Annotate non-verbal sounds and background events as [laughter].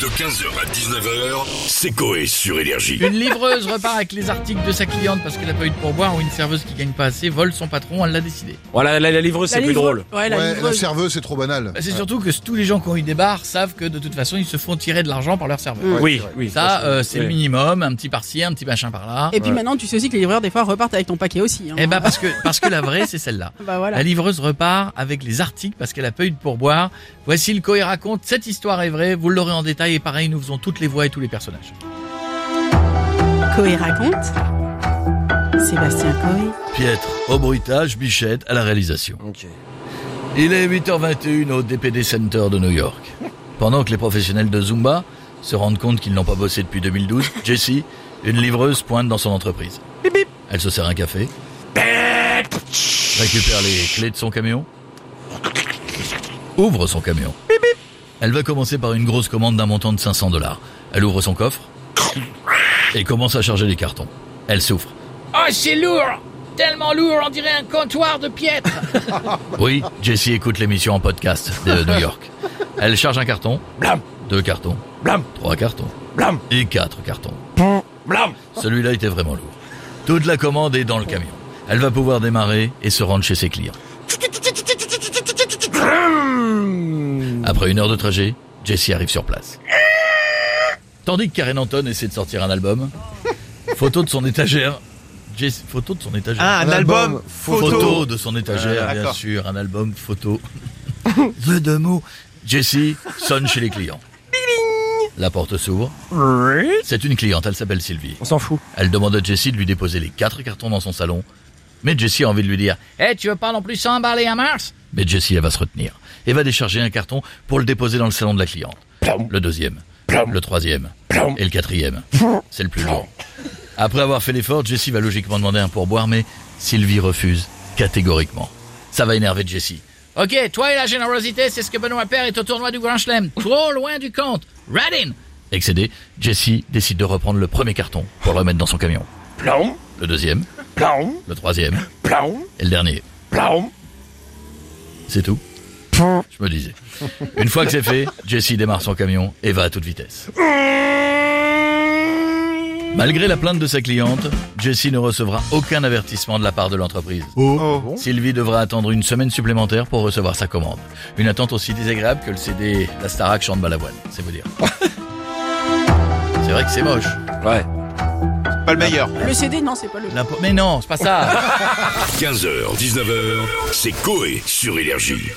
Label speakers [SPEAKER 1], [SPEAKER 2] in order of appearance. [SPEAKER 1] De 15h à 19h, c'est Coé sur Énergie.
[SPEAKER 2] Une livreuse repart avec les articles de sa cliente parce qu'elle n'a pas eu de pourboire ou une serveuse qui gagne pas assez vole son patron, elle l'a décidé.
[SPEAKER 3] Voilà, la, la livreuse, c'est plus
[SPEAKER 4] livre-
[SPEAKER 3] drôle.
[SPEAKER 4] Ouais, la
[SPEAKER 5] ouais, la
[SPEAKER 4] livreuse.
[SPEAKER 5] serveuse, c'est trop banal.
[SPEAKER 2] Bah, C'est surtout que tous les gens qui ont eu des bars savent que de toute façon ils se font tirer de l'argent par leur serveur.
[SPEAKER 4] Mm.
[SPEAKER 3] Oui, oui.
[SPEAKER 2] Ça, euh, c'est
[SPEAKER 3] oui.
[SPEAKER 2] le minimum, un petit par-ci, un petit machin par-là.
[SPEAKER 4] Et puis
[SPEAKER 3] Ouais.
[SPEAKER 4] maintenant, tu sais aussi que les livreurs, des fois, repartent avec ton paquet aussi. hein.
[SPEAKER 2] Eh ben parce que parce que la vraie c'est celle-là.
[SPEAKER 4] Bah voilà.
[SPEAKER 2] La livreuse repart avec les articles parce qu'elle a pas eu de pourboire. Voici le Coé raconte, cette histoire est vraie, vous l'aurez en détail et pareil, nous faisons toutes les voix et tous les personnages.
[SPEAKER 4] Coé raconte. Sébastien Coé.
[SPEAKER 2] Pietre, au bruitage, Bichette à la réalisation. Il est 8h21 au DPD Center de New York. Pendant que les professionnels de Zumba se rendent compte qu'ils n'ont pas bossé depuis 2012, Jessie, une livreuse, pointe dans son entreprise. Elle se sert un café, récupère les clés de son camion, ouvre son camion. Elle va commencer par une grosse commande d'un montant de 500 dollars. Elle ouvre son coffre et commence à charger les cartons. Elle souffre. Oh, c'est lourd Tellement lourd, on dirait un comptoir de piètre oui, Jessie écoute l'émission en podcast de New York. Elle charge un carton,
[SPEAKER 3] Blam,
[SPEAKER 2] deux cartons,
[SPEAKER 3] blam,
[SPEAKER 2] trois cartons
[SPEAKER 3] blam,
[SPEAKER 2] et quatre cartons.
[SPEAKER 3] blam.
[SPEAKER 2] Celui-là était vraiment lourd. Toute la commande est dans le camion. Elle va pouvoir démarrer et se rendre chez ses clients. Après une heure de trajet, Jessie arrive sur place. Tandis que Karen Anton essaie de sortir un album, photo de son étagère. Jess- photo de son étagère.
[SPEAKER 3] Ah, un
[SPEAKER 5] Un album,
[SPEAKER 3] album, photo.
[SPEAKER 2] photo, de son étagère,
[SPEAKER 3] Ah,
[SPEAKER 2] bien
[SPEAKER 3] d'accord.
[SPEAKER 2] sûr, un album photo. [laughs] The deux mots. Jessie sonne chez les clients. La porte s'ouvre. C'est une cliente, elle s'appelle Sylvie.
[SPEAKER 3] On s'en fout.
[SPEAKER 2] Elle demande à Jessie de lui déposer les quatre cartons dans son salon. Mais Jessie a envie de lui dire Eh, tu veux pas non plus 100 balles et un mars Mais Jessie, elle va se retenir et va décharger un carton pour le déposer dans le salon de la cliente. Le deuxième, le troisième et le quatrième. C'est le plus long. Après avoir fait l'effort, Jessie va logiquement demander un pourboire, mais Sylvie refuse catégoriquement. Ça va énerver Jessie. Ok, toi et la générosité, c'est ce que Benoît Père est au tournoi du Grand Chelem. Trop loin du compte. Radin Excédé, Jessie décide de reprendre le premier carton pour le remettre dans son camion.
[SPEAKER 3] Blam,
[SPEAKER 2] Le deuxième,
[SPEAKER 3] blam,
[SPEAKER 2] le troisième
[SPEAKER 3] blam,
[SPEAKER 2] et le dernier.
[SPEAKER 3] blam.
[SPEAKER 2] C'est tout Je me disais. Une fois que c'est fait, Jessie démarre son camion et va à toute vitesse. Malgré la plainte de sa cliente, Jessie ne recevra aucun avertissement de la part de l'entreprise.
[SPEAKER 4] Oh.
[SPEAKER 2] Sylvie devra attendre une semaine supplémentaire pour recevoir sa commande. Une attente aussi désagréable que le CD La Starac chante Balavoine, c'est
[SPEAKER 4] [laughs]
[SPEAKER 2] vous dire. C'est vrai que c'est moche.
[SPEAKER 3] Ouais.
[SPEAKER 6] Pas le meilleur.
[SPEAKER 4] Le CD, non, c'est pas le.
[SPEAKER 2] La po- Mais non, c'est pas ça
[SPEAKER 1] 15h, 19h, c'est Coé sur Énergie.